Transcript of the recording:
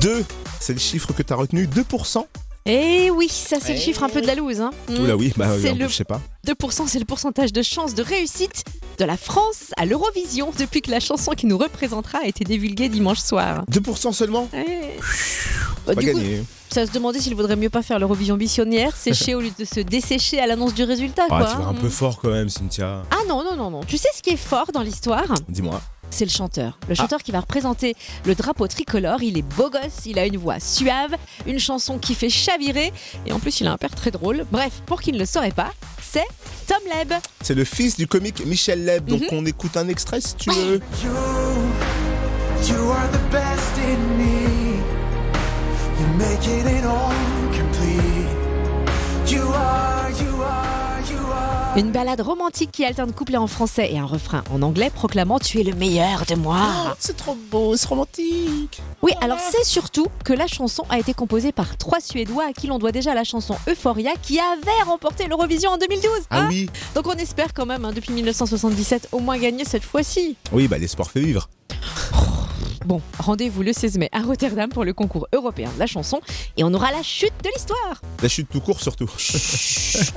2, c'est le chiffre que tu as retenu, 2%. Eh oui, ça c'est le chiffre un peu de la loose. Hein. Oula oui, bah C'est en plus, le- je sais pas. 2% c'est le pourcentage de chance de réussite de la France à l'Eurovision depuis que la chanson qui nous représentera a été divulguée dimanche soir. 2% seulement Eh. Pas Bah, du coup, gagné. ça se demandait s'il vaudrait mieux pas faire l'Eurovision missionnaire, sécher au lieu de se dessécher à l'annonce du résultat. Ah, quoi. tu vas un peu fort quand même, Cynthia. Ah non, non, non, non. Tu sais ce qui est fort dans l'histoire Dis-moi. C'est le chanteur. Ah. Le chanteur qui va représenter le drapeau tricolore. Il est beau gosse, il a une voix suave, une chanson qui fait chavirer. Et en plus, il a un père très drôle. Bref, pour qui ne le saurait pas, c'est Tom Leb. C'est le fils du comique Michel Leb, Mmh. donc on écoute un extrait si tu veux. You, you are the best in me. You make it in all complete. You are, you are, you are. Une balade romantique qui alterne couplets en français et un refrain en anglais proclamant Tu es le meilleur de moi. Ah. Oh, c'est trop beau, c'est romantique. Oui, alors c'est surtout que la chanson a été composée par trois Suédois à qui l'on doit déjà la chanson Euphoria qui avait remporté l'Eurovision en 2012. Ah hein. oui Donc on espère quand même, hein, depuis 1977, au moins gagner cette fois-ci. Oui, bah l'espoir fait vivre. Bon, rendez-vous le 16 mai à Rotterdam pour le concours européen de la chanson et on aura la chute de l'histoire. La chute tout court surtout. Chut